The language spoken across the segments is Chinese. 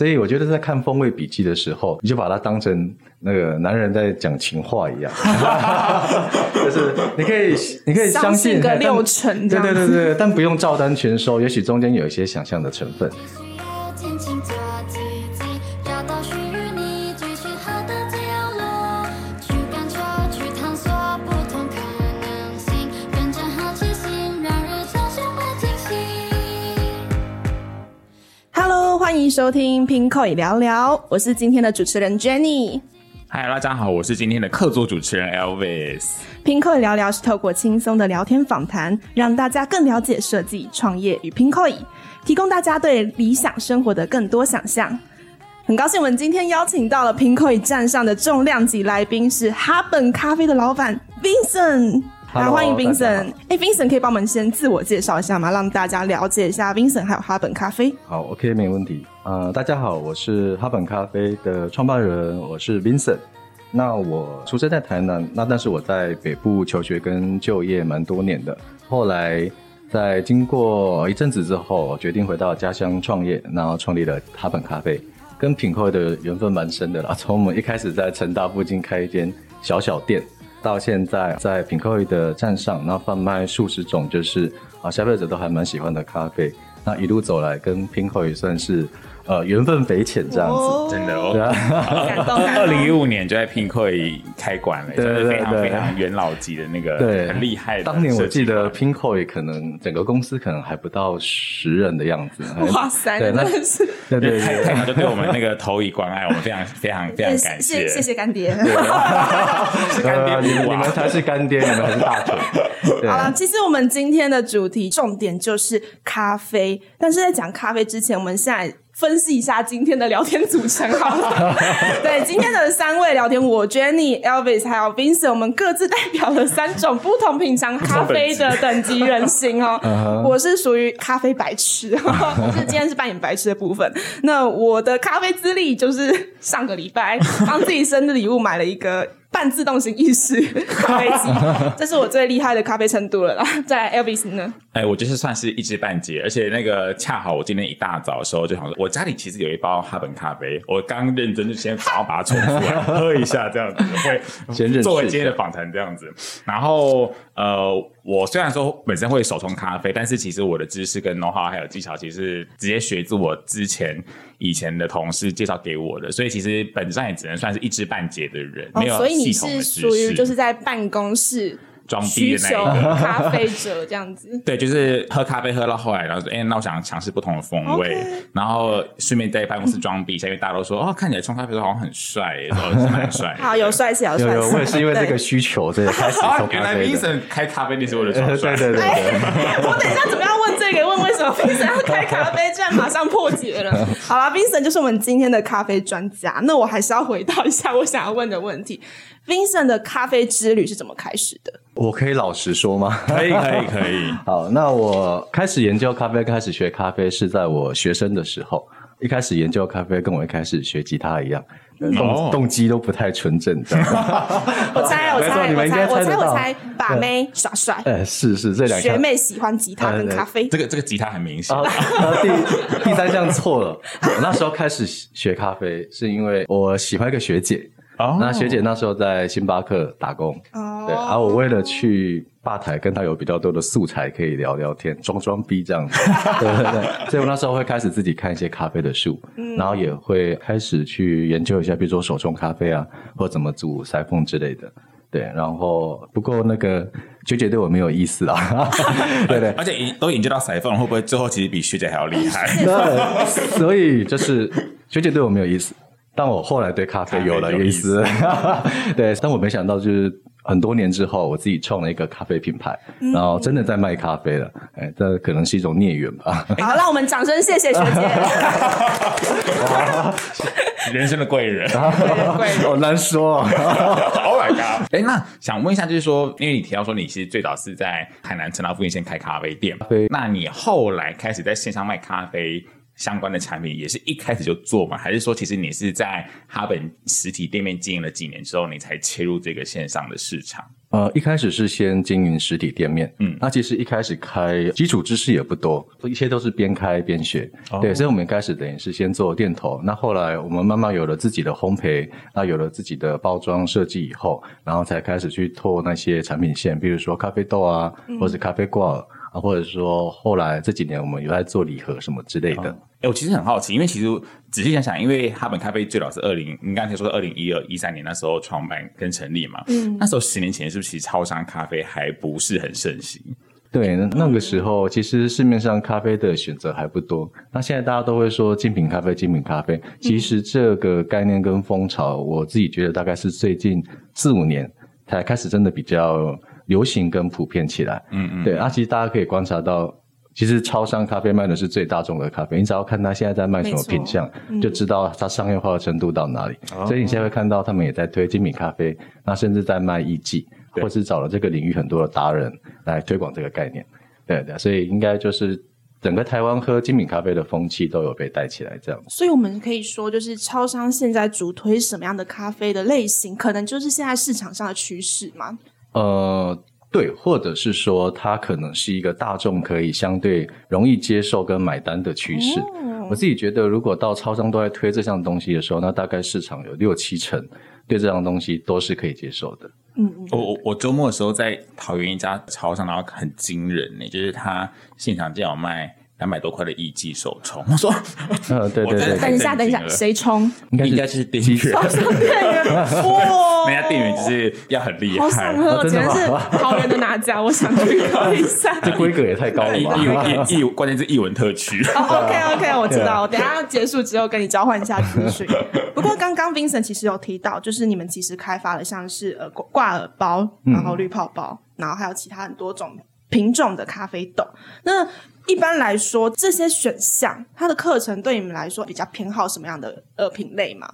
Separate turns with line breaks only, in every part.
所以我觉得在看《风味笔记》的时候，你就把它当成那个男人在讲情话一样，就是你可以你可以相信
个六成，
对对对对，但不用照单全收，也许中间有一些想象的成分。
需要尽情做自己，找到属于你最适合的角落，去感受，去探索不同可能性，跟着好奇心，让日常生活惊喜。
Hello，欢迎收听 Pinko 聊聊，我是今天的主持人 Jenny。
嗨，大家好，我是今天的客座主持人 Elvis。
Pinko 聊聊是透过轻松的聊天访谈，让大家更了解设计、创业与 Pinko，提供大家对理想生活的更多想象。很高兴我们今天邀请到了 Pinko 站上的重量级来宾是哈本咖啡的老板 Vincent。来
Hello，
欢迎
大家
Vincent。哎，Vincent 可以帮我们先自我介绍一下吗？让大家了解一下 Vincent 还有哈本咖啡。
好，OK，没问题。呃，大家好，我是哈本咖啡的创办人，我是 Vincent。那我出生在台南，那但是我在北部求学跟就业蛮多年的。后来在经过一阵子之后，我决定回到家乡创业，然后创立了哈本咖啡，跟品扣的缘分蛮深的啦。 从我们一开始在成大附近开一间小小店，到现在在品扣的站上，然后贩卖数十种就是啊消费者都还蛮喜欢的咖啡。那一路走来，跟 Pinko 也算是呃缘分匪浅这样子。
哦
真的
对
哦，
啊，
感动感
二
动
零一五年就在 Pinko 开馆了，
对
就是非常
对对
非常元老级的那个，
对，
很厉害的设计馆。
当年我记得 Pinko 也可能整个公司可能还不到十人的样 子。
哇塞，
对，
真
那
的是
对对
太
对，
太就对我们那个投以关爱，我们非常非常非常感
谢谢
谢。
谢干爹。
是干爹
呃你们
不
你
啊
们才是干爹，你们才是大 腿。对
好了，其实我们今天的主题重点就是咖啡，但是在讲咖啡之前，我们现在。分析一下今天的聊天组成好 了。对，今天的三位聊天，我 Jenny、Elvis 还有 Vincent，我们各自代表了三种不同品尝咖啡的等级人型 哦。我是属于咖啡白痴， 就是今天是扮演白痴的部分。那我的咖啡资历就是上个礼拜帮自己生日礼物买了一个半自动型意式咖啡机， 这是我最厉害的咖啡程度了啦。再来 Elvis 呢？
哎，我就是算是一知半解，而且那个恰好我今天一大早的时候就想说，我家里其实有一包哈本咖啡，我刚认真就先想要把它冲出来喝一下，这样子
先认识一下
会作为今天的访谈这样子。然后呃，我虽然说本身会手冲咖啡，但是其实我的知识跟 know how 还有技巧，其实直接学自我之前以前的同事介绍给我的，所以其实本质上也只能算是一知半解的人，没有
哦
啊
所以你
系统
是
的
属于
知
就是
识。
在办公室
装
需
逼的那一
求
个。
咖啡者这样子
对，就是喝咖啡喝到后来，然后说，哎、那我想尝试不同的风味
OK
然后顺便在办公室装逼一下，因为大家都说，哦，看起来冲咖啡的好像很帅耶， 然后是蛮帅的。
好，有帅气，有
有
帅
有，
气。
我也是因为这
对
个需求，所以开始
啊
做，
原
咖
来
啡 的。
Vincent 哎开咖啡店是为 了
呃
装帅
对对对对，
我等一下怎么样问这个？问为什么 Vincent 要开咖啡，居然马上破解 了。好了，Vincent 就是我们今天的咖啡专家。那我还是要回到一下我想要问的问题：Vincent 的咖啡之旅是怎么开始的？
我可以老实说吗？
可以可以可以，
好，那我开始研究咖啡，开始学咖啡是在我学生的时候。一开始研究咖啡，跟我一开始学吉他一样，动、
哦
动机都不太纯正的。
我猜，啊我
啊没错
猜，
你
我
们应
猜，
该
我
猜
猜，
得
我
到
猜，把妹耍帅，
呃，是是，这两
学
项。
妹喜欢吉他跟咖啡
这。个这个吉他很明显
然，后，然后哦呃第第三项错了。我那时候开始学咖啡，是因为我喜欢一个学姐。
哦
那学姐那时候在星巴克打工，
哦
对，而、我为了去吧台跟她有比较多的素材可以聊聊天，装装逼这样子， 对对对，所以我那时候会开始自己看一些咖啡的书，然后也会开始去研究一下，比如说手冲咖啡啊，或怎么煮裁缝之类的，对，然后不过那个学姐对我没有意思啦， 对对，
而且引都引进到裁缝，会不会最后其实比学姐还要厉害？
那所以就是学姐对我没有意思，但我后来对咖啡有了意思。对，但我没想到就是很多年之后，我自己创了一个咖啡品牌，然后真的在卖咖啡了。哎，这可能是一种孽缘吧。
好，让我们掌声谢谢学 姐。
人生的贵人。
好难说、哦。
Oh my god！哎，那想问一下，就是说，因为你提到说你其实最早是在海南城大附近先开咖啡店嘛
对，
那你后来开始在线上卖咖啡，相关的产品，也是一开始就做吗？还是说，其实你是在哈本实体店面经营了几年之后，你才切入这个线上的市场？
呃，一开始是先经营实体店面，
嗯
嗯，那其实一开始开基础知识也不多，一切都是边开边学，
哦
对，所以我们开始等于是先做店头，那后来我们慢慢有了自己的烘焙，那有了自己的包装设计以后，然后才开始去拓那些产品线，比如说咖啡豆啊，或者咖啡挂耳啊，或者说后来这几年我们有在做礼盒什么之类的，
哎、我其实很好奇，因为其实仔细想想，因为哈本咖啡最早是二零，你刚才说是二零一二一三年那时候创办跟成立嘛，嗯，那时候十年前是不是其实超商咖啡还不是很盛行？
对，那那个时候其实市面上咖啡的选择还不多。那现在大家都会说精品咖啡，精品咖啡。其实这个概念跟风潮，我自己觉得大概是最近四五年才开始真的比较流行跟普遍起来。嗯嗯，对。啊，其实大家可以观察到，其实超商咖啡卖的是最大众的咖啡，你只要看它现在在卖什么品相，就知道它商业化的程度到哪里。所以你现在会看到他们也在推精品咖啡，那甚至在卖艺妓。
对
或是找了这个领域很多的达人来推广这个概念。对对，所以应该就是整个台湾喝精品咖啡的风气都有被带起来这样子。
所以我们可以说，就是超商现在主推什么样的咖啡的类型，可能就是现在市场上的趋势嘛。
呃，对，或者是说它可能是一个大众可以相对容易接受跟买单的趋势。我自己觉得，如果到超商都在推这项东西的时候，那大概市场有六七成对这样东西都是可以接受的。
我我我周末的时候在桃园一家超商，然后很惊人呢、就是他现场竟然有卖两百多块的艺伎手冲，我说
嗯、对
我
对
真的
对
太
等一下，
震
等一
惊
下，
了
谁冲？
应该是
应该是店员，
店员，哇！
那家店员就是要很厉
好
害
想。 喝，
哦
简
真的
直
吗
是好人的拿奖，我想去喝一下。
这规格也太 高了
艺
吧？
艺艺艺，关键是艺文 特区。
OK OK，我知
对
道，
啊
我等一下结束之后跟你交换一下资讯。不过刚刚 Vincent 其实有提到，就是你们其实开发了像是呃挂挂耳包，然后绿泡包，然后还有其他很多种品种的咖啡豆。那一般来说，这些选项它的课程对你们来说比较偏好什么样的呃品类吗？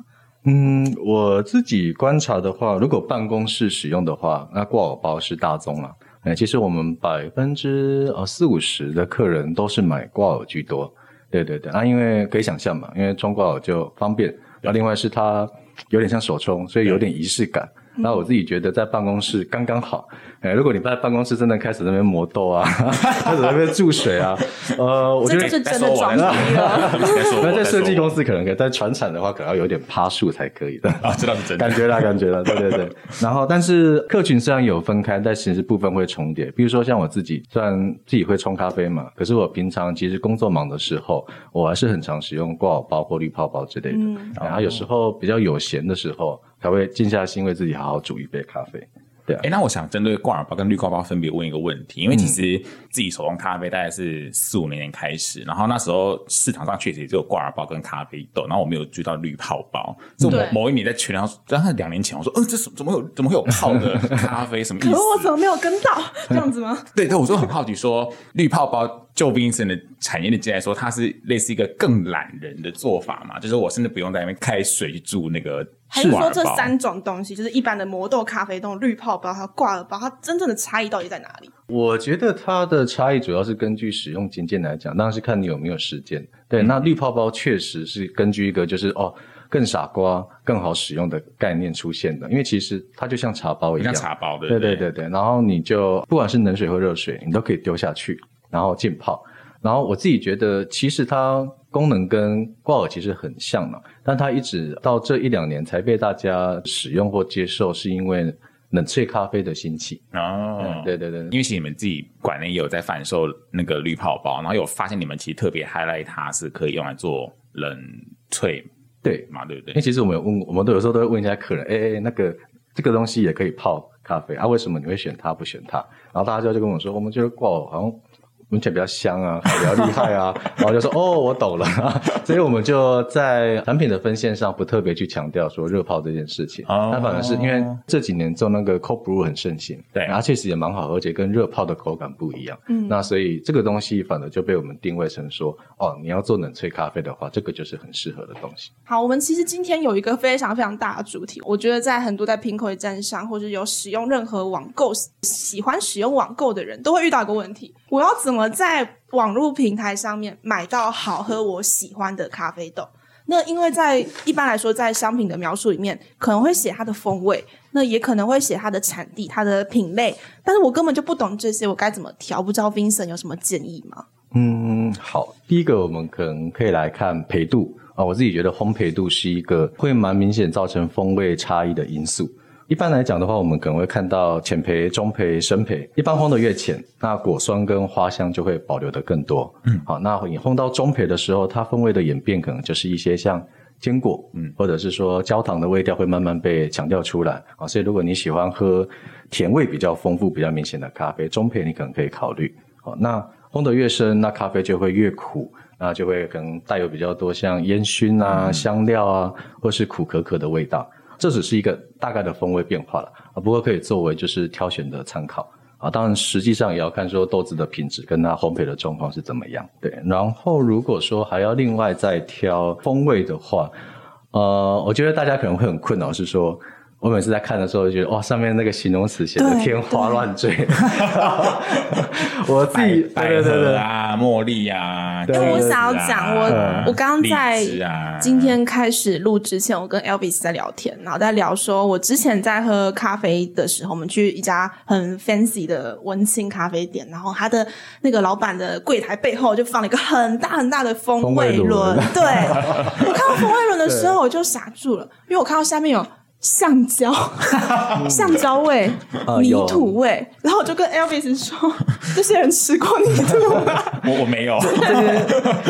嗯，我自己观察的话，如果办公室使用的话，那挂耳包是大宗了。哎，其实我们百分之呃四五十的客人都是买挂耳居多。对对对，啊，因为可以想象嘛，因为冲挂耳就方便，那另外是它有点像手冲，所以有点仪式感。那我自己觉得在办公室刚刚好。哎，如果你在办公室真的开始在那边磨豆啊， 开始在那边注水啊，呃，我觉得
这就是真
在
的
说我
装
来
逼
了
了。
那
那
在设计公司可能可以，但传产的话可能要有点趴树才可以的。
啊，这倒是真的
感。觉啦，感觉啦，对对对。然后，但是客群虽然有分开，但其实部分会重叠。比如说像我自己，虽然自己会冲咖啡嘛，可是我平常其实工作忙的时候，我还是很常使用挂耳包或绿泡包之类的。然后有时候比较有闲的时候，才会静下心为自己好好煮一杯咖啡。对啊
哎、，那我想针对挂耳包跟绿挂包分别问一个问题，因为其实自己手工咖啡大概是四五年前开始，然后那时候市场上确实也只有挂耳包跟咖啡豆，然后我没有注意到绿泡包。就某
对
某一年在群聊，大概两年前，我说，呃，这什怎么有怎么会有泡的咖啡？什么 意
可
思
是？我怎么没有跟到？这样子吗？
对对，我就很好奇说，绿泡包就 Vincent 的产业的界来说，它是类似一个更懒人的做法嘛？就是我甚至不用在那边开水去注那个
还是
挂
说
耳
这
包
三种东西，就是一般的磨豆咖啡豆、绿泡包还有挂耳包，它真正的差异到底在哪里？
我觉得它的差异主要是根据使用经验来讲，当然是看你有没有实践。对，那绿泡包确实是根据一个就是哦更傻瓜、更好使用的概念出现的，因为其实它就像茶包一
很像
样，
茶包的，
对
对
对对对，然后你就不管是冷水或热水，你都可以丢下去，然后浸泡。然后我自己觉得，其实它功能跟挂耳其实很像嘛，但它一直到这一两年才被大家使用或接受，是因为冷萃咖啡的兴起。
哦
嗯，对对对
因为其实你们自己馆内也有在贩售那个绿泡包，然后有发现你们其实特别 highlight 它是可以用来做冷萃
对，
嘛，对不
因为
对？
其实我们有问，我们都有时候都会问一下客人，哎、哎，那个这个东西也可以泡咖啡啊，为什么你会选它不选它？然后大家就就跟我说，我们觉得挂耳好像闻起来比较香啊，比较厉害啊， 然后就说哦，我懂了， 所以我们就在产品的分线上不特别去强调说热泡这件事情，
哦
那反而是因为这几年做那个 cold brew 很盛行，
对
然后确实也蛮好喝，而且跟热泡的口感不一样，嗯，那所以这个东西反而就被我们定位成说，哦，你要做冷萃咖啡的话，这个就是很适合的东西。
好，我们其实今天有一个非常非常大的主题，我觉得在很多在 Pinko 的站上，或者有使用任何网购喜欢使用网购的人都会遇到一个问题：我要怎怎么在网络平台上面买到好喝我喜欢的咖啡豆？那因为在一般来说，在商品的描述里面，可能会写它的风味，那也可能会写它的产地、它的品类，但是我根本就不懂这些，我该怎么调？不知道 Vincent 有什么建议吗？
嗯，好，第一个我们可能可以来看焙度啊，我自己觉得烘焙度是一个会蛮明显造成风味差异的因素。一般来讲的话，我们可能会看到浅焙、中焙、深焙，一般烘的越浅，那果酸跟花香就会保留的更多。嗯，好，那你烘到中焙的时候，它风味的演变可能就是一些像坚果，嗯，或者是说焦糖的味道会慢慢被强调出来啊。所以如果你喜欢喝甜味比较丰富、比较明显的咖啡，中焙你可能可以考虑。好，那烘得越深，那咖啡就会越苦，那就会可能带有比较多像烟熏啊、香料啊，或是苦可可的味道。这只是一个大概的风味变化了啊，不过可以作为就是挑选的参考啊。当然，实际上也要看说豆子的品质跟它烘焙的状况是怎么样。对，然后如果说还要另外再挑风味的话，呃，我觉得大家可能会很困扰，是说我每次在看的时候就觉得哇，上面那个形容词写的
对
天花乱坠， 我自己
百
对对对
百合
对
啊，茉莉啊，
对
因为我
橘子
想要
啊
讲，我我刚刚在
荔枝啊
今天开始录之前，我跟 Elvis 嗯在聊天，然后在聊说，我之前在喝咖啡的时候，我们去一家很 fancy 的文青咖啡店，然后他的那个老板的柜台背后就放了一个很大很大的 风味
风味
轮
轮，
对我看到风味轮的时候，我就傻住了，因为我看到下面有。橡 胶，橡胶味、
啊
泥
有
土味，然后我就跟 Elvis 说：“ 这些人吃过泥土吗？”
我我没有，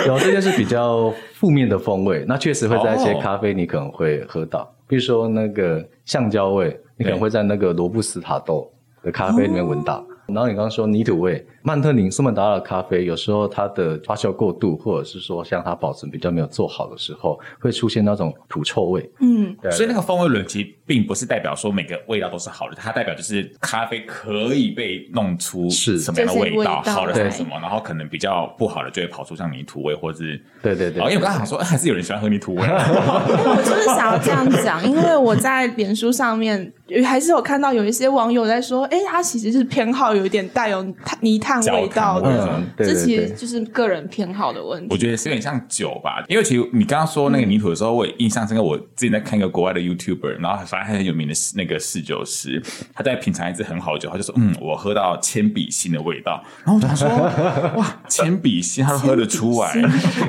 有这些 是比较负面的风味，那确实会在一些
哦
咖啡你可能会喝到，比如说那个橡胶味，你可能会在那个罗布斯塔豆的咖啡里面闻
哦
到。然后你刚刚说泥土味，曼特宁、苏门答腊的咖啡有时候它的发酵过度，或者是说像它保存比较没有做好的时候，会出现那种土臭味。
嗯，
对
所以那个风味轮其实并不是代表说每个味道都是好的，它代表就是咖啡可以被弄出
是
什么样的
这些味
道，
道
好的是
对
什么，然后可能比较不好的就会跑出像泥土味或是。
对对对
哦，因为我刚刚想说，哎还是有人喜欢喝泥土味，
我就是想要这样讲，因为我在脸书上面还是有看到有一些网友在说，哎、他其实是偏好有一点带有炭泥炭味道
焦
的，
糖
嗯，对
这
对
其实
对，
就是个人偏好的问
我
题。
觉得是有点像酒吧，因为其实你刚刚说那个泥土的时候，我也印象深刻。我之前在看一个国外的 YouTuber，然后反正很有名的那个侍酒师，他在品尝一支很好的酒，他就说：“嗯，我喝到铅笔芯的味道。”然后我想说：“ 哇，铅笔芯他都喝得出来。”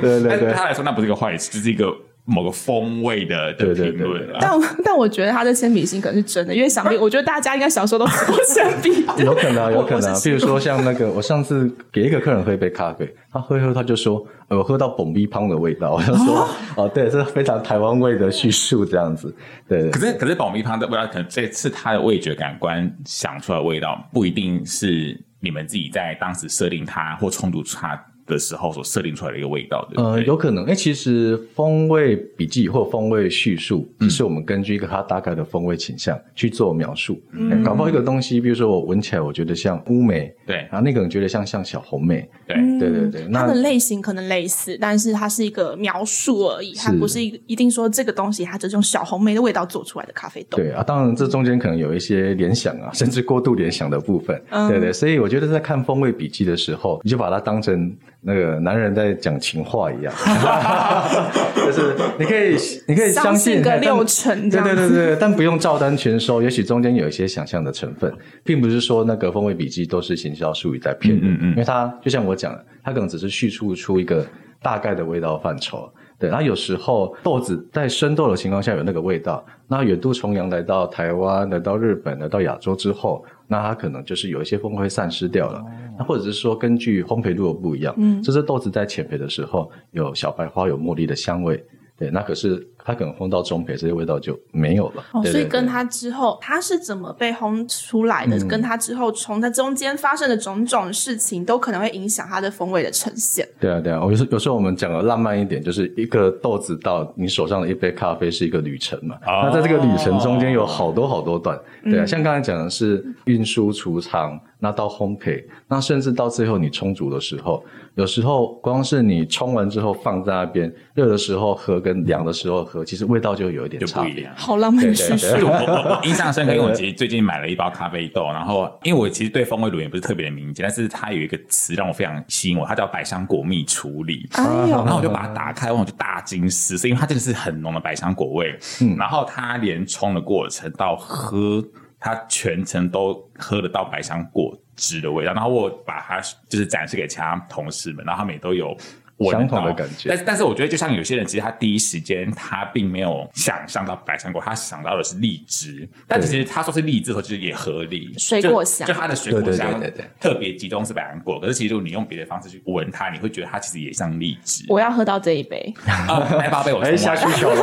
对对
但
对
对他来说，那不是一个坏事，就是一个某个风味的的
对对
评论啊啦。
但我但我觉得他的铅笔芯可能是真的，因为想必我觉得大家应该小时候都吃过铅笔，
有可能啊，有可能、
我
啊
我。是
比如说像那个，我上次给一个客人喝一杯咖啡，他喝一喝他就说，呃我喝到蹦逼汤的味道，我 就
啊
说，哦，对，这是非常台湾味的叙述这样子，对对
可是可是保密汤的味道，可能这次它的味觉感官想出来的味道，不一定是你们自己在当时设定它或冲突它的时候所设定出来的一个味道，对不
呃，
对？
有可能，因为其实风味笔记或风味叙述，只是我们根据一个它大概的风味倾向去做描述。嗯，搞不好一个东西，比如说我闻起来我觉得像乌梅，
对
然后那个人觉得像像小红梅，
对。
对对对，
嗯它
那
的类型可能类似，但是它是一个描述而已，它
是
不是一一定说这个东西它就是用小红莓的味道做出来的咖啡豆。
对啊，当然这中间可能有一些联想啊， 甚至过度联想的部分，
嗯
对对，所以我觉得在看风味笔记的时候，你就把它当成那个男人在讲情话一样， 就是你可以你可以
相
相信
信
哎
个
但
六成这
对
样
对对对，但不用照单全收，也许中间有一些想象的成分，并不是说那个风味笔记都是行销术语在骗人，
嗯嗯嗯
因为它就像我讲的，它可能只是叙述出一个大概的味道范畴。对，然后有时候豆子在生豆的情况下有那个味道，那远渡重洋来到台湾、来到日本、来到亚洲之后，那它可能就是有一些风味散失掉
哦
了。那或者是说，根据烘焙度的不一样，嗯，就是豆子在浅焙的时候有小白花、有茉莉的香味，对，那可是它可能烘到中焙，这些味道就没有了。
哦，
对
所以
对
跟
对
它之后它是怎么被烘出来的，
嗯
跟它之后从它中间发生的种种事情，都可能会影响它的风味的呈现。
对啊，对啊，我有时有时候我们讲的浪漫一点，就是一个豆子到你手上的一杯咖啡是一个旅程嘛。
哦
那在这个旅程中间有好多好多段，对啊，
嗯
像刚才讲的是运输、储藏，那到烘焙，那甚至到最后你冲煮的时候，有时候光是你冲完之后放在那边，热的时候喝跟凉的时候喝，喝，其实味道就有一点
就
差
不一
别
样。。
好浪漫叙
就
事。
我我我印象深刻，因为我其实最近买了一包咖啡豆，然后因为我其实对风味乳也不是特别的敏捷，但是它有一个词让我非常吸引我，它叫百香果蜜处理。
哎呦
然，
嗯
后我就把它打开，然后我就大惊失色，因为它真的是很浓的百香果味。
嗯
然后它连冲的过程到喝，它全程都喝得到百香果汁的味道。然后我把它就是展示给其他同事们，然后他们也都有。闻得
相同
到
的感觉
但是但是我觉得，就像有些人，其实他第一时间他并没有想象到百香果，他想到的是荔枝。但
对
其实他说是荔枝的时候，其实也合理。
水
就
果香
就它的水果
对对
香
对对对
特别集中是百香果，可是其实如果你用别的方式去闻它，你会觉得它其实也像荔枝。
我要喝到这一杯。
啊，来八杯我
哎，
冲
下
完
需求了，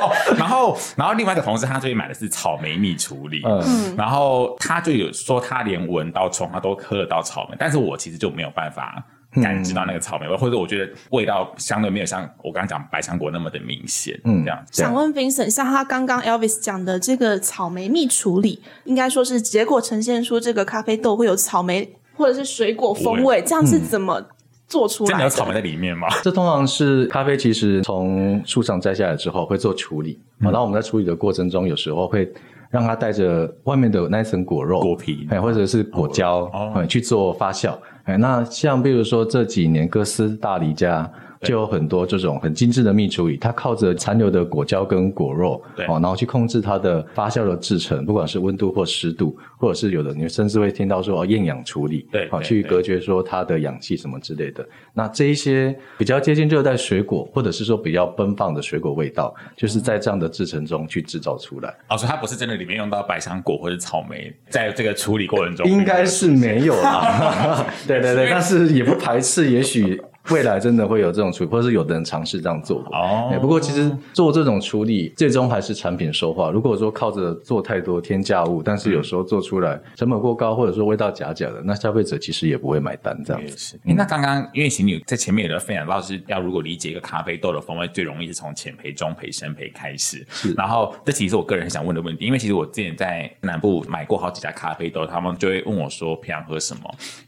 哦， 然后然后另外一个同事他最近买的是草莓蜜处理，
嗯，
然后他就有说他连闻到虫他都喝得到草莓，但是我其实就没有办法。
嗯
感知到那个草莓味，或者我觉得味道相对没有像我刚刚讲百香果那么的明显，嗯，
嗯
这样。
想问 Vincent，像他刚刚 Elvis 讲的这个草莓蜜处理，应该说是结果呈现出这个咖啡豆会有草莓或者是水果风味，这样是怎么做出
嗯真
来
的有
的？
草莓在里面吗？
这通常是咖啡，其实从树上摘下来之后会做处理，
嗯
好然后我们在处理的过程中，有时候会让它带着外面的那一层果肉、
果皮
哎，或者是果胶，
哦
哎，去做发酵。哎，那像比如说这几年哥斯大黎加。就有很多这种很精致的蜜处理，它靠着残留的果胶跟果肉，
对
哦，然后去控制它的发酵的制成，不管是温度或湿度，或者是有的你甚至会听到说哦厌氧处理，
对
好
对
去
对
隔绝说它的氧气什么之类的。那这一些比较接近热带水果，或者是说比较奔放的水果味道，就是在这样的制成中去制造出来。
哦，所以它不是真的里面用到百香果或者草莓，在这个处理过程中
应该是没有 啦，对对对，但是也不排斥，也许未来真的会有这种处理，或者是有的人尝试这样做过。
哦
对不过其实做这种处理，最终还是产品说话。如果说靠着做太多添加物，但是有时候做出来成本过高，或者说味道假假的，那消费者其实也不会买单这样
也
子。
是。那刚刚因为情侣在前面有分享到，是要如果理解一个咖啡豆的风味，最容易是从浅焙、中焙、深焙开始。然后这其实是我个人很想问的问题，因为其实我之前在南部买过好几家咖啡豆，他们就会问我说平常喝什么，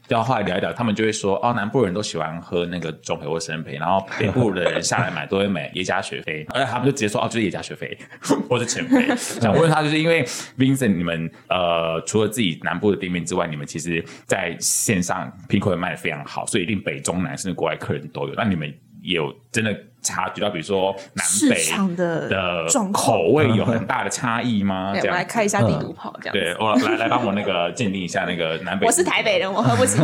然后后来聊一聊，他们就会说哦，南部人都喜欢喝那个中焙或深焙，然后北部的人下来买都会买耶加雪菲， 而且他们就直接说哦，就是耶加雪菲 或者浅焙。想问他，就是因为 Vincent 你们呃，除了自己南部的店面之外，你们其实在线上 Pinko 也卖的非常好，所以一定北中南甚至国外客人都有。那你们也有真的察觉到，比如说南
市
北
场的
的
状况
口味有很大的差 异吗？
对，
这
我们来
样。嗯
看一下地图炮，这样子。
对，我来来帮我那个鉴定一下那个南北。
我是台北，人，我喝不 起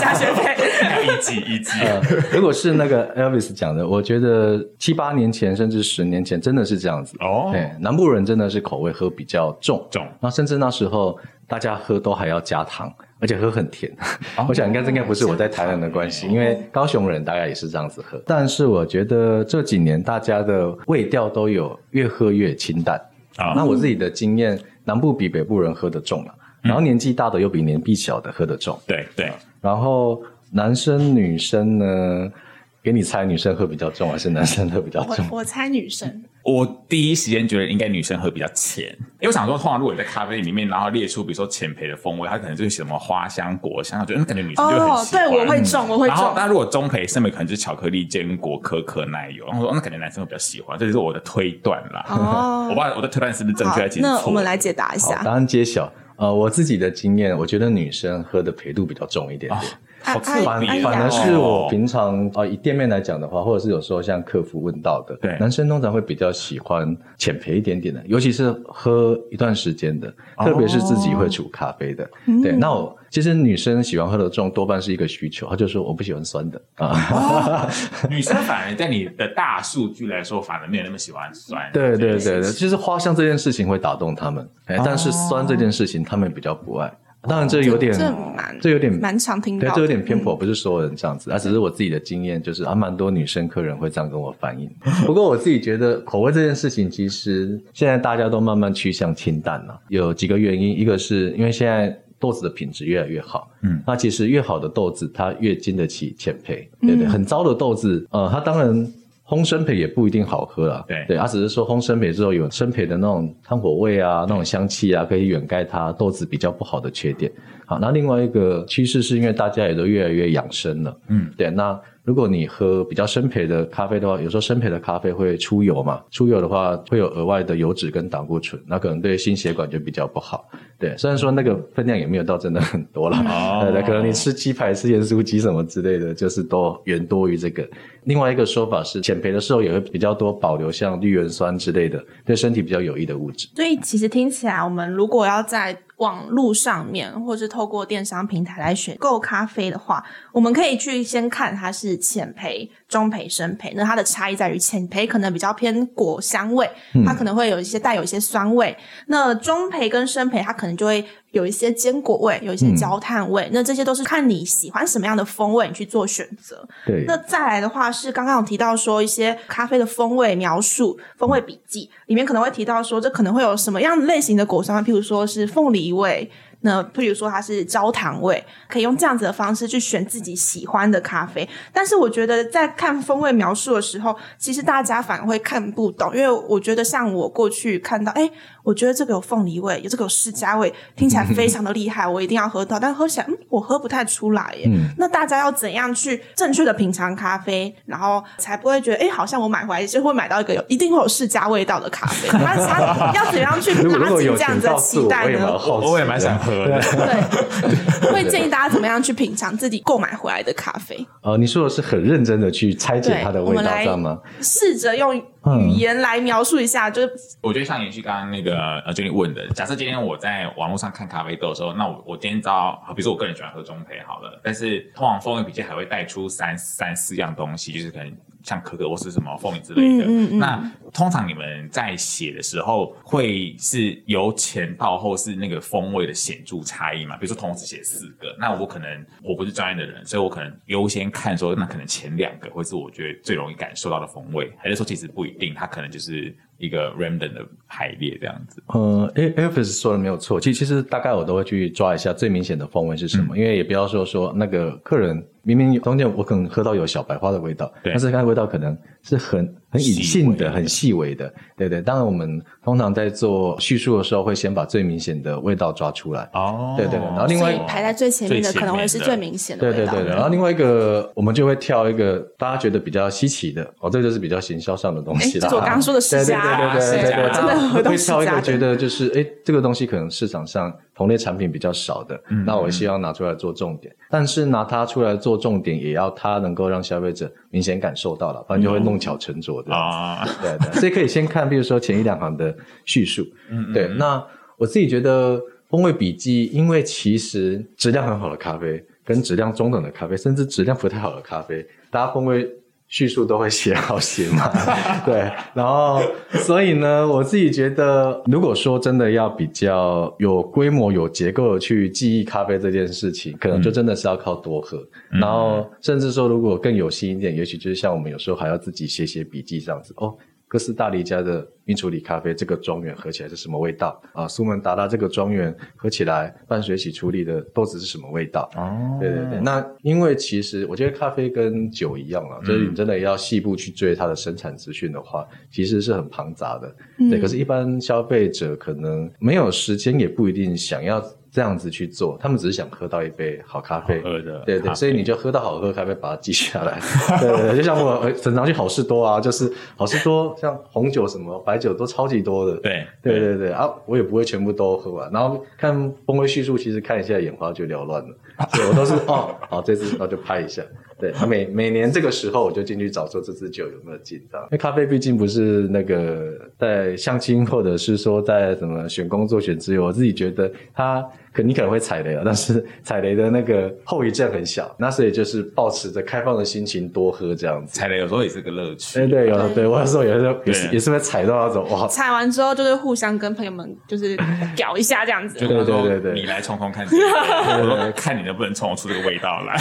加学费。
一级一级。
呃，如果是那个 Elvis 讲的，我觉得七八年前甚至十年前真的是这样子。
哦
对，南部人真的是口味喝比较重
重
那甚至那时候大家喝都还要加糖，而且喝很甜。
哦
我想应该这应该不是我在台南的关系，因为高雄人大概也是这样子喝。但是我觉得这几年大家的味调都有越喝越清淡。
啊
那我自己的经验，南部比北部人喝的重了、
嗯
然后年纪大的又比年纪小的喝的重。
对对，
然后男生女生呢，给你猜，女生喝比较重还是男生喝比较重
我？我猜女生，
我第一时间觉得应该女生喝比较浅，因为我想说，通常如果你在咖啡里面，然后列出比如说浅焙的风味，它可能就是什么花香、果香，我觉得嗯感觉女生就会很
哦，
喜欢。
嗯
对，我会中，我会
然后
中，。
那如果中培、深培可能就是巧克力、坚果、可可、奶油，然后我说、哦那感觉男生会比较喜欢，这就是我的推断啦。
哦
我不知道我的推断是不是正
好
确，还是
那
错
我们来解答一
好，
下
答。案揭晓。呃，我自己的经验，我觉得女生喝的陪度比较重一点
啊
点。
好
哎
特
反
别哦，
反而是我平常呃以店面来讲的话，或者是有时候像客服问到的，
对
男生通常会比较喜欢浅焙一点点的，尤其是喝一段时间的，特别是自己会煮咖啡的。对，
嗯
那我其实女生喜欢喝的重，多半是一个需求，她就说我不喜欢酸的啊。
女生反而在你的大数据来说，反而没有那么喜欢酸。
对对
这件
对
事
对，
情
就是花香这件事情会打动他们，哎，但是酸这件事情他们比较不爱。当然这有点，
这蛮
这有点
蛮常听
对
到，的，
哎这有点偏颇，
嗯。
不是所有人这样子，啊，只是我自己的经验，就是啊，蛮多女生客人会这样跟我反映。 不过我自己觉得口味这件事情，其实现在大家都慢慢趋向清淡了、有几个原因，一个是因为现在。豆子的品质越来越好，
嗯
那其实越好的豆子，它越经得起浅焙，对
嗯
对，很糟的豆子，呃，它当然烘生焙也不一定好喝啦，
对
对，它啊只是说烘生焙之后有生焙的那种炭火味啊，那种香气啊，可以掩盖它豆子比较不好的缺点。好，那另外一个趋势是因为大家也都越来越养生了，
嗯，
对，那如果你喝比较生焙的咖啡的话，有时候生焙的咖啡会出油嘛，出油的话会有额外的油脂跟胆固醇，那可能对心血管就比较不好。对，虽然说那个分量也没有到真的很多啦，
哦
对对，可能你吃鸡排、吃盐酥鸡什么之类的，就是都远多于这个。另外一个说法是，减肥的时候也会比较多保留像绿原酸之类的对身体比较有益的物质。
所以其实听起来，我们如果要在网络上面，或是透过电商平台来选购咖啡的话，我们可以去先看它是浅焙、中焙、深焙。那它的差异在于，浅焙可能比较偏果香味，它可能会有一些带有一些酸味；那中焙跟深焙，它可能就会有一些坚果味，有一些焦炭味。那这些都是看你喜欢什么样的风味，你去做选择。
对，
那再来的话是刚刚有提到说一些咖啡的风味描述、风味笔记里面可能会提到说这可能会有什么样类型的果香，譬如说是凤梨味，那譬如说它是焦糖味，可以用这样子的方式去选自己喜欢的咖啡。但是我觉得在看风味描述的时候，其实大家反而会看不懂，因为我觉得像我过去看到，哎，我觉得这个有凤梨味，有这个有释迦味，听起来非常的厉害，我一定要喝到，但喝起来，嗯，我喝不太出来耶。那大家要怎样去正确的品尝咖啡，然后才不会觉得，哎，好像我买回来就会买到一个有一定会有释迦味道的咖啡？那他要怎样去
如果
拉
如果
近
有
这样
请
子的
告诉
期
我，
待
我也
呢
蛮？好奇的，啊
我也蛮想喝的。
对， 会建议大家怎么样去品尝自己购买回来的咖啡？
呃，你说的是很认真的去拆解
对
它的
我
味
们
道，
来
知道吗？
试着用语言来描述一下，就是
我觉得像延续刚刚那个呃 j e 问的，假设今天我在网络上看咖啡豆的时候，那我我今天知道，好比如说我个人喜欢喝中培好了，但是通常风味笔记还会带出三三四样东西，就是可能像可可或是什么凤梨之类的。
嗯嗯嗯
那通常你们在写的时候，会是由前到后是那个风味的显著差异嘛？比如说同时写四个，那我可能我不是专业的人，所以我可能优先看说，那可能前两个会是我觉得最容易感受到的风味，还是说其实不一定，它可能就是一个 random 的排列这样子。
呃，A A F S 说的没有错，其其实大概我都会去抓一下最明显的风味是什么，
嗯
因为也不要说说那个客人明明中间我可能喝到有小白花的味道，
对
但是它的味道可能是很很隐性
细微
的、
的
很细微的，对对。当然我们通常在做叙述的时候，会先把最明显的味道抓出来。
哦
对对对然后另
所
外
以排在最前面的可能会是最明显的
对
味
对
道。
对，对然后另外一个，我们就会挑一个大家觉得比较稀奇的，哦，这就是比较行销上的东
哎，
西
这
啦。
是我刚刚说的释
对对
迦啊，
对对对对对，
对
真的喝
会
到
会
释
挑一个
迦
觉
的。
得就是哎，这个东西可能市场上同类产品比较少的，那我希望拿出来做重点。但是拿它出来做重点，也要它能够让消费者明显感受到了，不然就会弄巧成拙的。
啊、
对对， 所以可以先看，比如说前一两行的叙述。嗯，对。那我自己觉得风味笔记，因为其实质量很好的咖啡，跟质量中等的咖啡，甚至质量不太好的咖啡，大家风味。叙述都会写好写嘛， 对，然后所以呢，我自己觉得，如果说真的要比较有规模、有结构的去记忆咖啡这件事情，可能就真的是要靠多喝，然后甚至说如果更有心一点，也许就是像我们有时候还要自己写写笔记这样子哦。哥斯达黎加的云处理咖啡，这个庄园喝起来是什么味道啊？苏门答腊这个庄园喝起来伴随起处理的豆子是什么味道？
哦
对对对，那因为其实我觉得咖啡跟酒一
嗯
样啊，就是你真的要细部去追它的生产资讯的话，其实是很庞杂的。对，可是，一般消费者可能没有时间，也不一定想要这样子去做，他们只是想喝到一杯好咖啡。
好喝的
对
咖
对，
啡
所以你就喝到好喝的咖啡，把它记下 来。对对对，就像我呃常常去好事多啊，就是好事多像红酒什么白酒都超级多的。
对
对对对啊，我也不会全部都喝完，然后看风味叙述，其实看一下眼花就缭乱 了，所以我都是哦，好这支，然后就拍一下。对，啊每每年这个时候我就进去找说这支酒有没有进这样因为咖啡毕竟不是那个在相亲或者是说在什么选工作选职业，我自己觉得它可你可能会踩雷啊，但是踩雷的那个后遗症很小，那所以就是保持着开放的心情多喝这样子。
踩雷有时候也是个乐趣。
对对，有的对我有时候也是也是
对
也是会踩到那种哇，
踩完之后就是互相跟朋友们就是 屌一下这样子
就。跟他说
对对对对
你来冲 冲看这个味道，我说看你能不能冲出这个味道 来。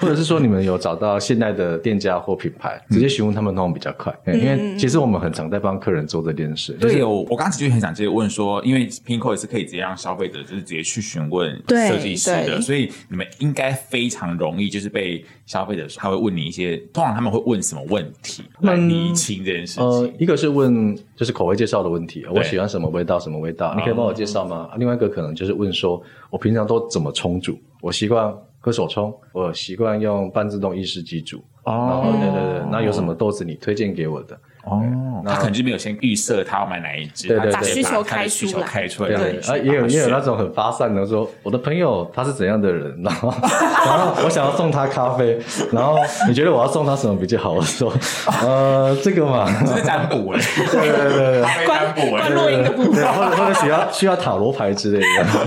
或者是说你们有找到现代的店家或品牌，直接询问他们弄比较快，因为其实我们很常在帮客人做这件事。
嗯对，我我刚刚其实就很想直接问说，因为 Pinko 也是可以直接让消费者就是直接去询问
对
设计师
对
的，所以你们应该非常容易就是被消费者说他会问你一些，通常他们会问什么问题来
嗯
厘清这件事
呃
情。，
一个是问就是口味介绍的问题，啊我喜欢什么味道，什么味
哦
啊道，你可以帮我介绍吗？另外一个可能就是问说，我平常都怎么冲煮？我习惯。喝手冲，我习惯用半自动意式机煮。然后
哦
对对对，那有什么豆子你推荐给我的？
哦，他可能就没有先预设他要买哪一支，
对对对
他直接
把需求
他的
开
需
出
求
来
开出来，
对
让
啊
你去
啊，也有
帮他
也有
选
那种很发散的说，我的朋友他是怎样的人，然 后然后我想要送他咖啡，然后你觉得我要送他什么比较好？我 说，呃，这个嘛，
这是占卜哎，
对对对对
咖啡 占
关
卜哎
关，录音的部
对，
分。
或者或者需要需要塔罗牌之类的。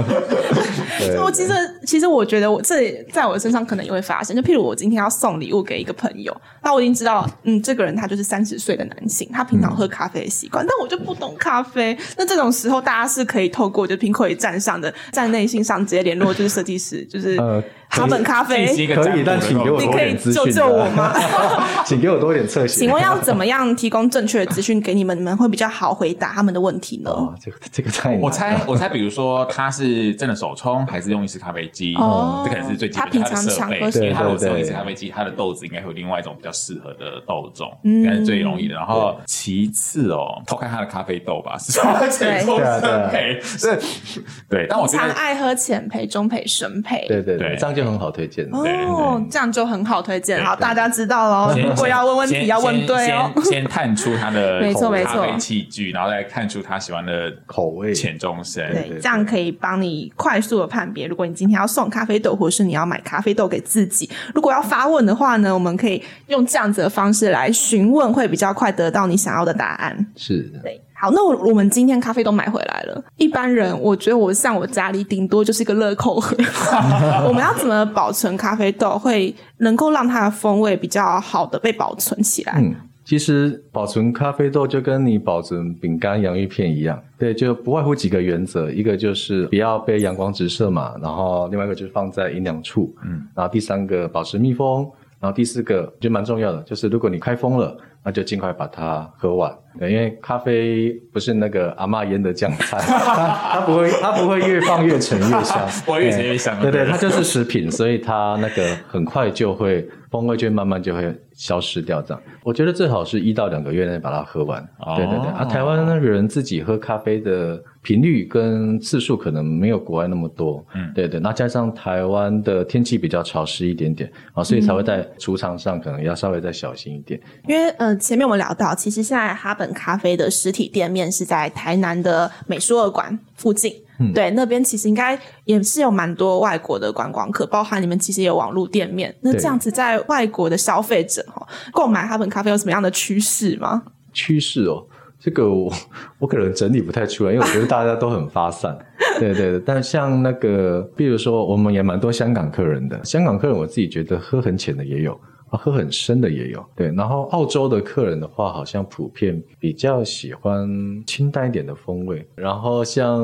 对
我其实其实我觉得我这也在我身上可能也会发生，就譬如我今天要送礼物给一个朋友，那我已经知道，嗯，这个人他就是三十岁的男性，他平常喝咖啡的习惯，但我就不懂咖啡。那这种时候，大家是可以透过就 Pinko 也站上的站内信上直接联络，就是设 计师，就是
呃
哈本咖啡
进，行一个
可
占卜
以，
的
但请给我
动
多
作
你可以
点资讯。啊
救救我吗？
请给我多点侧写。
请问要怎么样提供正确的资讯给你们，你们会比较好回答他们的问题 呢？
哦，这个这个太难了
我猜，我猜，比如说他是真的手冲，还是用意式咖啡机？
哦
这可能是最基
他
本
平
的
常
它的设备。
常喝
因为他
对对
如果是用
对
意式咖啡机，他的豆子应该会有另外一种比较适合的豆种，
嗯
应该是最容易的。然后其次哦，偷看他的咖啡豆 吧，是吧？
对
对
对啊对啊
是，对。但我觉
常
得
爱喝浅焙、中焙、深焙。
对对对
对，
这样就很好推荐了。
对
哦，这样就很好推荐，
对
好，
对
大家知道喽。
先
如果要问问题，
先
要问对哦。
先先先探出他的
没错没错
咖啡器具，然后再看出他喜欢的
口味
浅中深。，
对对
这样可以帮你快速的判别。如果你今天要送咖啡豆，或者是你要买咖啡豆给自己，如果要发问的话呢，我们可以用这样子的方式来询问，会比较快得到你想要的答案。
是
对，好，那我我们今天咖啡都买回来了。一般人，我觉得我像我家里顶多就是一个乐扣盒。我们要怎么保存咖啡豆，会能够让它的风味比较好的被保存起来？
嗯，其实保存咖啡豆就跟你保存饼干、洋芋片一样，对，就不外乎几个原则，一个就是不要被阳光直射嘛，然后另外一个就是放在阴凉处，嗯，然后第三个保持密封，然后第四个我觉得蛮重要的，就是如果你开封了，那就尽快把它喝完，对，因为咖啡不是那个阿嬷腌的酱菜， 它它不会它不会越放越沉越香
不会越沉越香
哎对对，
对
它就是食品，所以它那个很快就会风味就会慢慢就会消失掉。这样，我觉得最好是一到两个月内把它喝完。
哦
对对对，啊，台湾人自己喝咖啡的频率跟次数可能没有国外那么多。嗯，对对，那加上台湾的天气比较潮湿一点点啊，所以才会在储藏上可能要稍微再小心一点。
因为呃，前面我们聊到，其实现在哈本咖啡的实体店面是在台南的美术二馆附近。对，那边其实应该也是有蛮多外国的观光客，包含你们其实也有网络店面。那
对
这样子，在外国的消费者哈，购买哈本咖啡有什么样的趋势吗？
趋势哦，这个我 我可能整理不太出来，因为我觉得大家都很发散。 对对对，但像那个，比如说，我们也蛮多香港客人的，香港客人我自己觉得喝很浅的也有。啊喝很深的也有，对。然后澳洲的客人的话，好像普遍比较喜欢清淡一点的风味。然后像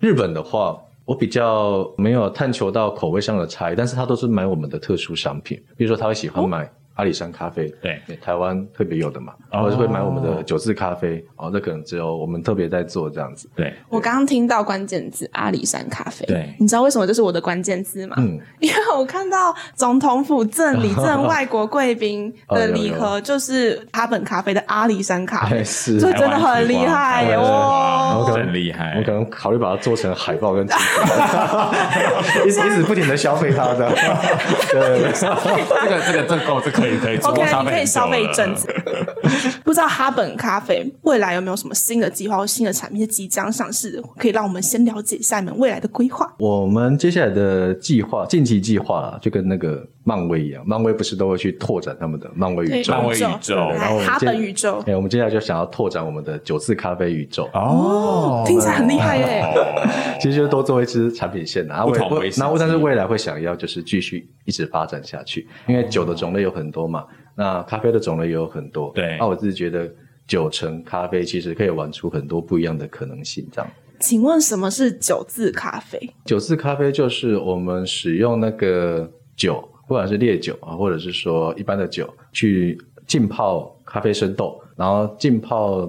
日本的话，我比较没有探求到口味上的差异，但是他都是买我们的特殊商品，比如说他会喜欢买阿里山咖啡，
对
台湾特别有的嘛，
哦
然后就会买我们的九字咖啡，哦，这可能只有我们特别在做这样子。
对
我刚刚听到关键字阿里山咖啡，
对
你知道为什么这是我的关键字吗？
嗯，
因为我看到总统府赠礼赠外国贵宾
哦
的
有有
礼盒，就是哈本咖啡的阿里山咖啡
哎，是，
这真的很厉害哦耶
台湾之光
哇
台湾之光真厉害
我可。能考虑把它做成海报跟旗 子，一直一直不停的消费它的。对对对，
这个这个这个够，这可以可以做
OK，
消
你可以
费
消费一
很久了
阵子。 不知道哈本咖啡未来有没有什么新的计划或新的产品是即将上市的，可以让我们先了解一下你们未来的规划。
我们接下来的计划，近期计划啊就跟那个漫威一样，漫威不是都会去拓展他们的漫威宇宙
对？漫威宇宙
然后我们
来哈
接
本宇宙，
哎，我们接下来就想要拓展我们的九字咖啡宇宙。
哦
听起来很厉害耶。
其实就是多做一支产品线的啊，
不
未
同
未
为是
那
之
但是未来会想要就是继续一直发展下去，因为酒的种类有很多嘛，那咖啡的种类也有很多。
对
那我自己觉得九成咖啡其实可以玩出很多不一样的可能性。这样，
请问什么是九字咖啡？
九四咖啡就是我们使用那个酒，不管是烈酒啊，或者是说一般的酒，去浸泡咖啡生豆，然后浸泡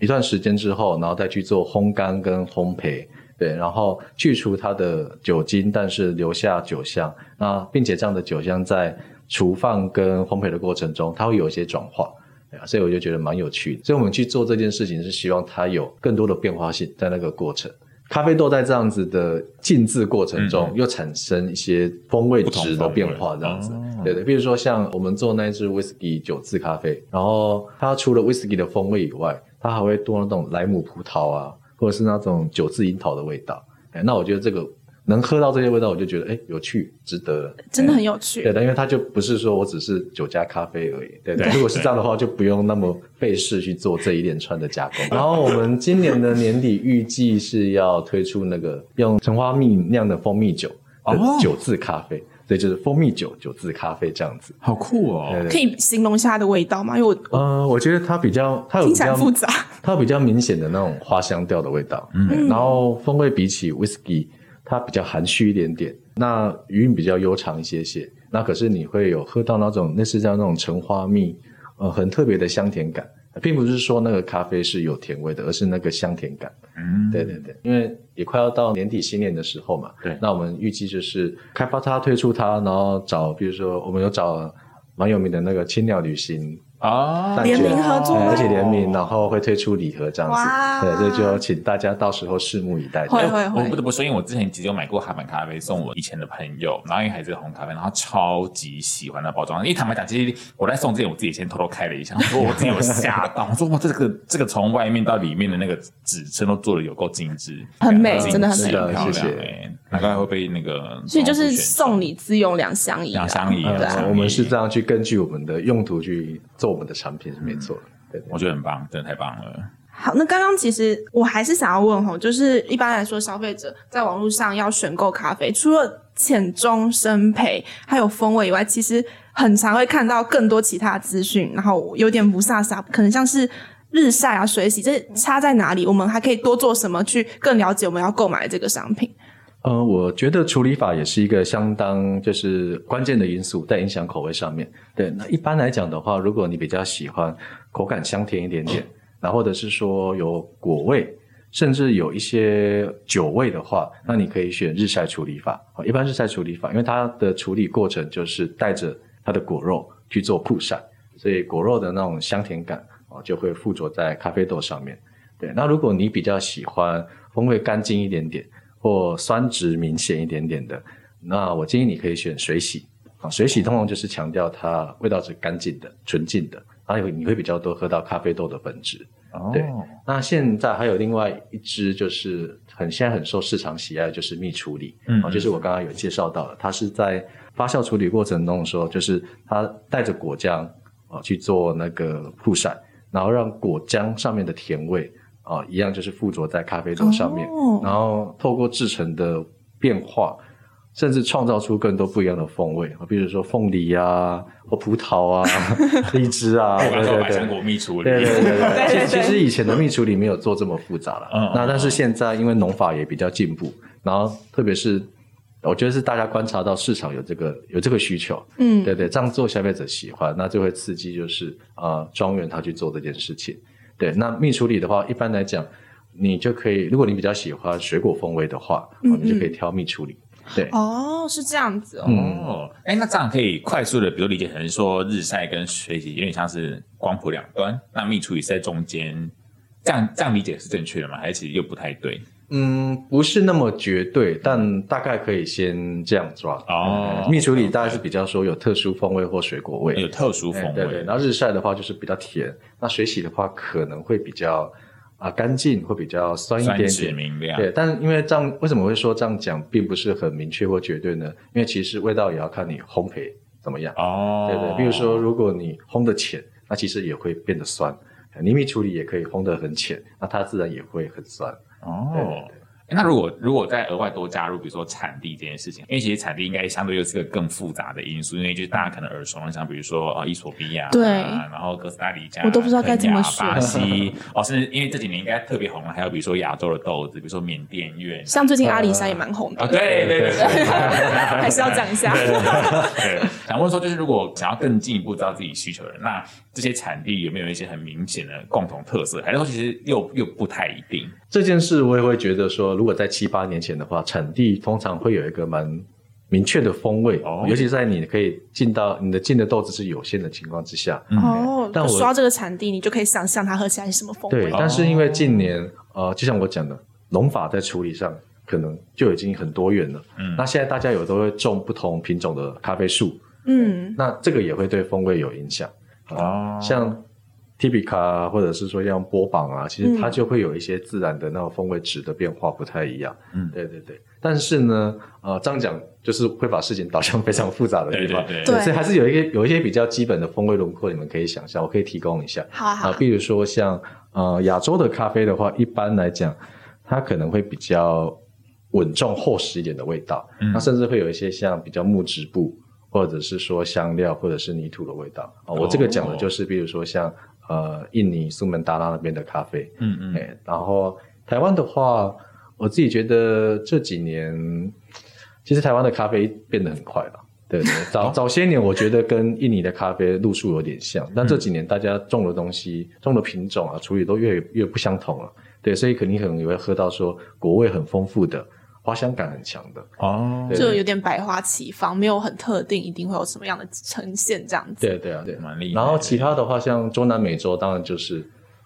一段时间之后，然后再去做烘干跟烘焙。对，然后去除它的酒精，但是留下酒香。那并且这样的酒香在厨放跟烘焙的过程中，它会有一些转化，对啊，所以我就觉得蛮有趣的。所以我们去做这件事情，是希望它有更多的变化性在那个过程。咖啡豆在这样子的浸渍过程中，又产生一些嗯风味哦值的变化，这样子。对对，比如说像我们做那一支 whisky 九字咖啡，然后它除了 whisky 的风味以外，它还会多那种莱姆葡萄啊，或者是那种九字樱桃的味道。哎，那我觉得这个能喝到这些味道，我就觉得哎有趣，值得了，
真的
哎
很有趣。
对的，因为它就不是说我只是酒加咖啡而已。对的，
对
如果是这样的话，就不用那么费事去做这一连串的加工。然后我们今年的年底预计是要推出那个用橙花蜜酿的蜂蜜酒的
哦
酒渍咖啡，对，就是蜂蜜酒酒渍咖啡这样子。
好酷哦！
对对
可以形容一下它的味道吗？因为我
呃，我觉得它比较，它有比
听起来
较
复杂。
它有比较明显的那种花香调的味道，嗯，然后风味比起 whisky，它比较含蓄一点点，那余韵比较悠长一些些，那可是你会有喝到那种类似像那种橙花蜜，呃，很特别的香甜感，并不是说那个咖啡是有甜味的，而是那个香甜感，
嗯，
对对对，因为也快要到年底新年的时候嘛，
对
那我们预计就是开发它、推出它，然后找，比如说我们有找蛮有名的那个青鸟旅行，
啊，
联名合作
对，
吗
哎嗯而且联名，然后会推出礼盒这样子
哇。
对，所以就请大家到时候拭目以待。
会
对
会
我
会
不，得不说，因为我之前其实有买过哈本咖啡送我以前的朋友，然后因为还是红咖啡，然后超级喜欢那包装。因为坦白讲，其实我在送之前，我自己先偷偷开了一下，我说我自己有吓到， 我说哇，这个这个从外面到里面的那个纸撑都做的有够精致，
很美
精致
真的很美
是的
漂亮、
谢谢
哎难怪会被那个，
所以就是送礼自用两相宜啊。
两相宜，
呃
两相宜
我们是这，样去根据我们的用途去做我们的产品是没错的。对对
我觉得很棒，真的太棒了。
好，那刚刚其实我还是想要问吼，就是一般来说，消费者在网络上要选购咖啡，除了浅中深焙还有风味以外，其实很常会看到更多其他资讯，然后有点不飒飒，可能像是日晒啊、水洗，这差在哪里？我们还可以多做什么去更了解我们要购买这个商品？
呃，我觉得处理法也是一个相当就是关键的因素，在影响口味上面。对，那一般来讲的话，如果你比较喜欢口感香甜一点点，那或者是说有果味，甚至有一些酒味的话，那你可以选日晒处理法。哦一般日晒处理法，因为它的处理过程就是带着它的果肉去做曝晒，所以果肉的那种香甜感哦就会附着在咖啡豆上面。对，那如果你比较喜欢风味干净一点点，或酸值明显一点点的，那我建议你可以选水洗啊。水洗通常就是强调它味道是干净的、纯净的，然后你会比较多喝到咖啡豆的本质。
哦
对那现在还有另外一支，就是很现在很受市场喜爱，就是蜜处理，
嗯
啊，就是我刚刚有介绍到的，它是在发酵处理过程中的时候，就是它带着果浆啊去做那个曝晒，然后让果浆上面的甜味啊一样就是附着在咖啡豆上面，
哦
然后透过制成的变化，甚至创造出更多不一样的风味，啊比如说凤梨啊，或葡萄 啊、荔枝啊，
我
对
刚说
对
买
对
香。果蜜处理，
对对对
对
对
对
其其实以前的蜜处理没有做这么复杂了，
嗯嗯
那
嗯
但是现在因为农法也比较进步，然后特别是我觉得是大家观察到市场有这个有这个需求，
嗯
对对，这样做消费者喜欢，那就会刺激就是啊、呃庄园他去做这件事情。对，那蜜处理的话，一般来讲，你就可以，如果你比较喜欢水果风味的话，
嗯
哦你就可以挑蜜处理。对，
哦，是这样子哦。
嗯，
哦，哎，那这样可以快速的，比如理解成说日晒跟水洗有点像是光谱两端，那蜜处理是在中间，这样这样理解是正确的吗？还是其实又不太对？
嗯，不是那么绝对，但大概可以先这样抓。
哦
嗯蜜处理大概是比较说有特殊风味或水果味，
有特殊风
哎
味，
对对，然后日晒的话就是比较甜，那水洗的话可能会比较啊、干净，会比较酸一
酸
点
质
点。
明亮，
对，但因为这样，为什么会说这样讲，并不是很明确或绝对呢？因为其实味道也要看你烘焙怎么样。
哦，
对对，比如说，如果你烘的浅，那其实也会变得酸。哎你蜜处理也可以烘得很浅，那它自然也会很酸。对对
哦
对。
哎那如果如果再额外多加入，比如说产地这件事情，因为其实产地应该相对又是个更复杂的因素，因为就是大家可能耳熟能详，比如说啊，伊索比亚啊，
对
然后哥斯达黎加，
我都不知道该怎么
肯雅巴西，哦，甚至因为这几年应该特别红了，还有比如说亚洲的豆子，比如说缅甸越南
像最近阿里山也蛮红
啊，
的，
对对对对，
还是要讲一下。
对，想问说，就是如果想要更进一步知道自己需求的人，那这些产地有没有一些很明显的共同特色？还是说其实又又不太一定？
这件事我也会觉得说，如果在七八年前的话，产地通常会有一个蛮明确的风味，
哦
尤其在你可以进到你的进的豆子是有限的情况之下。
嗯
哦，
但我
说到这个产地，你就可以想象它喝起来是什么风
对哦
味，。
但是因为近年呃，就像我讲的，农法在处理上可能就已经很多元了。嗯，那现在大家有都会种不同品种的咖啡树，
嗯，
那这个也会对风味有影响。
哦
像 Tibica 啊或者是说像波榜啊，其实它
嗯
就会有一些自然的那种风味值的变化不太一样。嗯，对对对。但是呢，呃，这样讲就是会把事情导向非常复杂的地方。
对对对
对
所以还是有一些有一些比较基本的风味轮廓，你们可以想象，我可以提供一下。
好啊
啊、
好啊，
比如说像呃亚洲的咖啡的话，一般来讲，它可能会比较稳重厚实一点的味道，那甚至会有一些像比较木质部，或者是说香料或者是泥土的味道。啊，我这个讲的就是，比如说像呃印尼苏门答腊那边的咖啡，
嗯嗯，
哎、然后台湾的话，我自己觉得这几年，其实台湾的咖啡变得很快了。对对，
哦
早早些年我觉得跟印尼的咖啡路数有点像，
嗯
但这几年大家种的东西、种的品种啊、处理都越越不相同了。对，所以肯定可能也会喝到说果味很丰富的、花香感很强的。
哦，
对
就有点百花齐放，没有很特定一定会有什么样的呈现这样子。
对对啊，对，
蛮厉害的
然后其他的话，像中南美洲，当然就是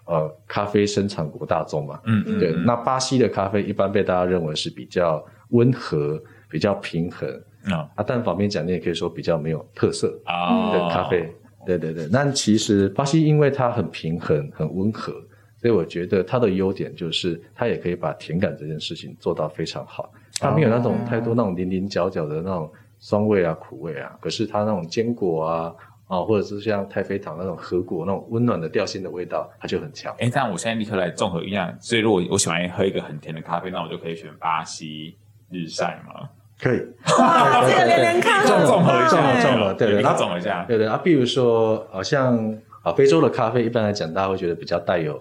呃咖啡生产国大宗嘛。
嗯
对，那巴西的咖啡一般被大家认为是比较温和、比较平衡
嗯
啊，但反面讲，你也可以说比较没有特色
啊
哦
的咖啡。对对对，但其实巴西因为它很平衡、很温和，所以我觉得它的优点就是它也可以把甜感这件事情做到非常好。它没有那种太多那种棱棱角角的那种酸味啊、苦味啊，可是它那种坚果啊啊，或者是像太妃糖那种核果那种温暖的调性的味道，它就很强。
哎，但我现在立刻来综合一下，所以如果我喜欢喝一个很甜的咖啡，那我就可以选巴西日晒嘛，
可以，
哇，哦这个连连看
综
很
综合一
棒
下，
哎
综合对对
立刻
那
综合一下，
对对啊，比如说好像啊，非洲的咖啡一般来讲，大家会觉得比较带有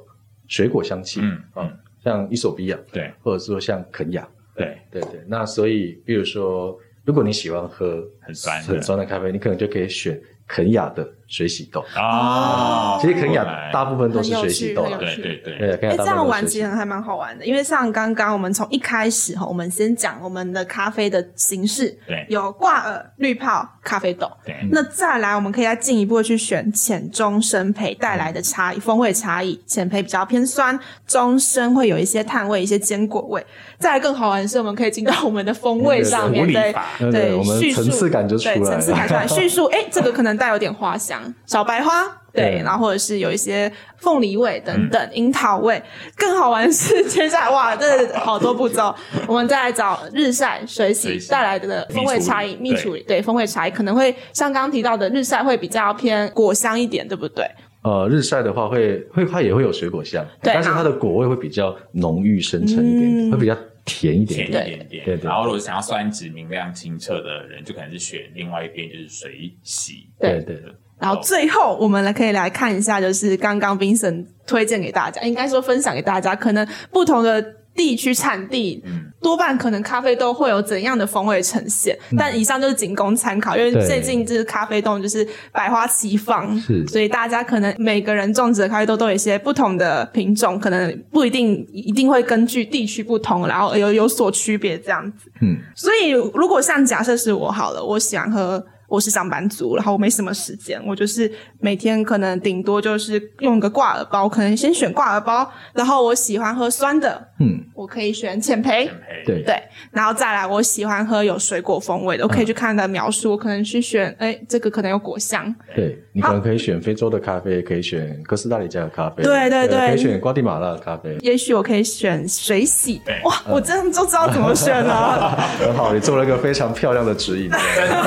水果香气，
嗯
啊，像伊索比亚，
对
或者说像肯亚，
对，
对对。那所以，比如说，如果你喜欢喝
很酸的
很酸的咖啡，你可能就可以选肯亚的水洗豆。
哦，
其实肯
过来
亚大部分都是水洗豆
很有
啦，
趣
对对对，
对，肯
哎、
亚大部
这
分
样
都是
玩
水
其
洗
实
豆。
还蛮好玩的，因为像刚刚我们从一开始哈，我们先讲我们的咖啡的形式，
对
有挂耳、绿泡、咖啡豆。
对
那再来，我们可以再进一步的去选浅中深焙带来的差异，风味差异。浅焙比较偏酸，中深会有一些炭味、一些坚果味。再来更好玩的是，我们可以进到我们的风味上面，
对
对
处
理法对
对，
我们
叙
层
述
次感就出来了
对层 次感出来，叙述哎、这个可能带有点花香，小白花，对，
对嗯
然后或者是有一些凤梨味等等，樱桃味。更好玩是接下来哇，这好多步骤，我们再来找日晒、水洗
水洗
带来的风味差异、
蜜
蜜
处理
处理，对风味差异可能会像刚刚提到的日晒会比较偏果香一点，对不对？
呃，日晒的话会会它也会有水果香，
对
但是它的果味会比较浓郁深沉一点，
嗯
会比较甜一点
甜一
点。对
点点，
对
然后如果想要酸质明亮清澈的人，就可能是选另外一边，就是水洗。
对对对。
然后最后，我们来可以来看一下，就是刚刚 Vincent 推荐给大家，应该说分享给大家，可能不同的地区产地，多半可能咖啡豆会有怎样的风味呈现。但以上就是仅供参考，因为
对
最近就是咖啡豆就是百花齐放，
是
所以大家可能每个人种植的咖啡豆都有一些不同的品种，可能不一定一定会根据地区不同，然后有有所区别这样子。
嗯，
所以如果像假设是我好了，我喜欢喝。我是上班族，然后我没什么时间，我就是每天可能顶多就是用个挂耳包，可能先选挂耳包，然后我喜欢喝酸的，
嗯，
我可以选浅焙，
甜胚
对
对，然后再来，我喜欢喝有水果风味的，我可以去看它的描述，我可能去选，哎，这个可能有果香，
对你可能可以选非洲的咖啡，可以选哥斯达黎加的咖啡，
对对对
可以选瓜地马拉的咖啡。
也许我可以选水洗
对，
哇，我真的就知道怎么 选了。
很好，你做了一个非常漂亮的指 引。对我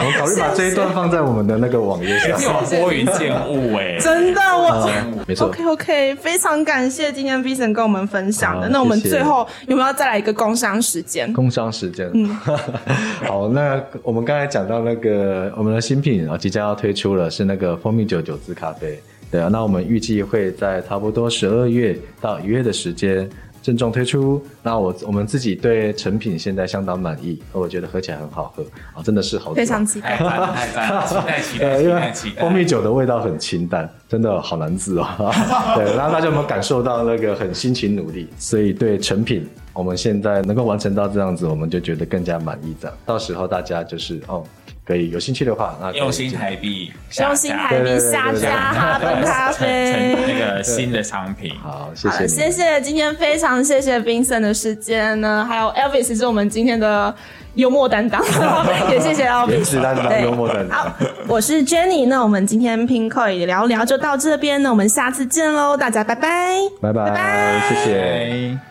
们考虑把这一段放在我们的那个网页上
而。且我拨云见雾哎，
真的， 我
没错，
OK OK，非常感谢今天 Vincent 跟我们分享的。
好
那我们
谢谢
最后有没有再来一个工商时间？
工商时间。
嗯
好，那我们刚才讲到那个我们的新品啊，即将要推出了，是那个蜂蜜酒酒渍咖啡。对啊，那我们预计会在差不多十二月到一月的时间郑重推出。那我我们自己对成品现在相当满意，我觉得喝起来很好喝啊，真的是好酒
非常期
太
待。
赞了，太赞了，期待期待
对，哎
期
因
待
为
期待。
蜂蜜酒的味道很清淡，真的好难治哦。 对，然后大家有没有感受到那个很辛勤努力？所以对成品，我们现在能够完成到这样子，我们就觉得更加满意。这样，到时候大家就是哦，可以有兴趣的话，那可以
用新台币下架，
用新台币下家哈
对
本咖啡
成。那个新的商品。
好，谢
好
谢
了
你，
谢谢，今天非常谢谢 Vincent 的时间呢，还有 Elvis 是我们今天的幽默担当，也谢谢 Elvis
颜。值担当，
对
幽默担当
好，，我是 Jenny，那我们今天 Pinkoi 聊聊就到这边，那我们下次见喽，大家拜拜。
拜拜，谢谢。
拜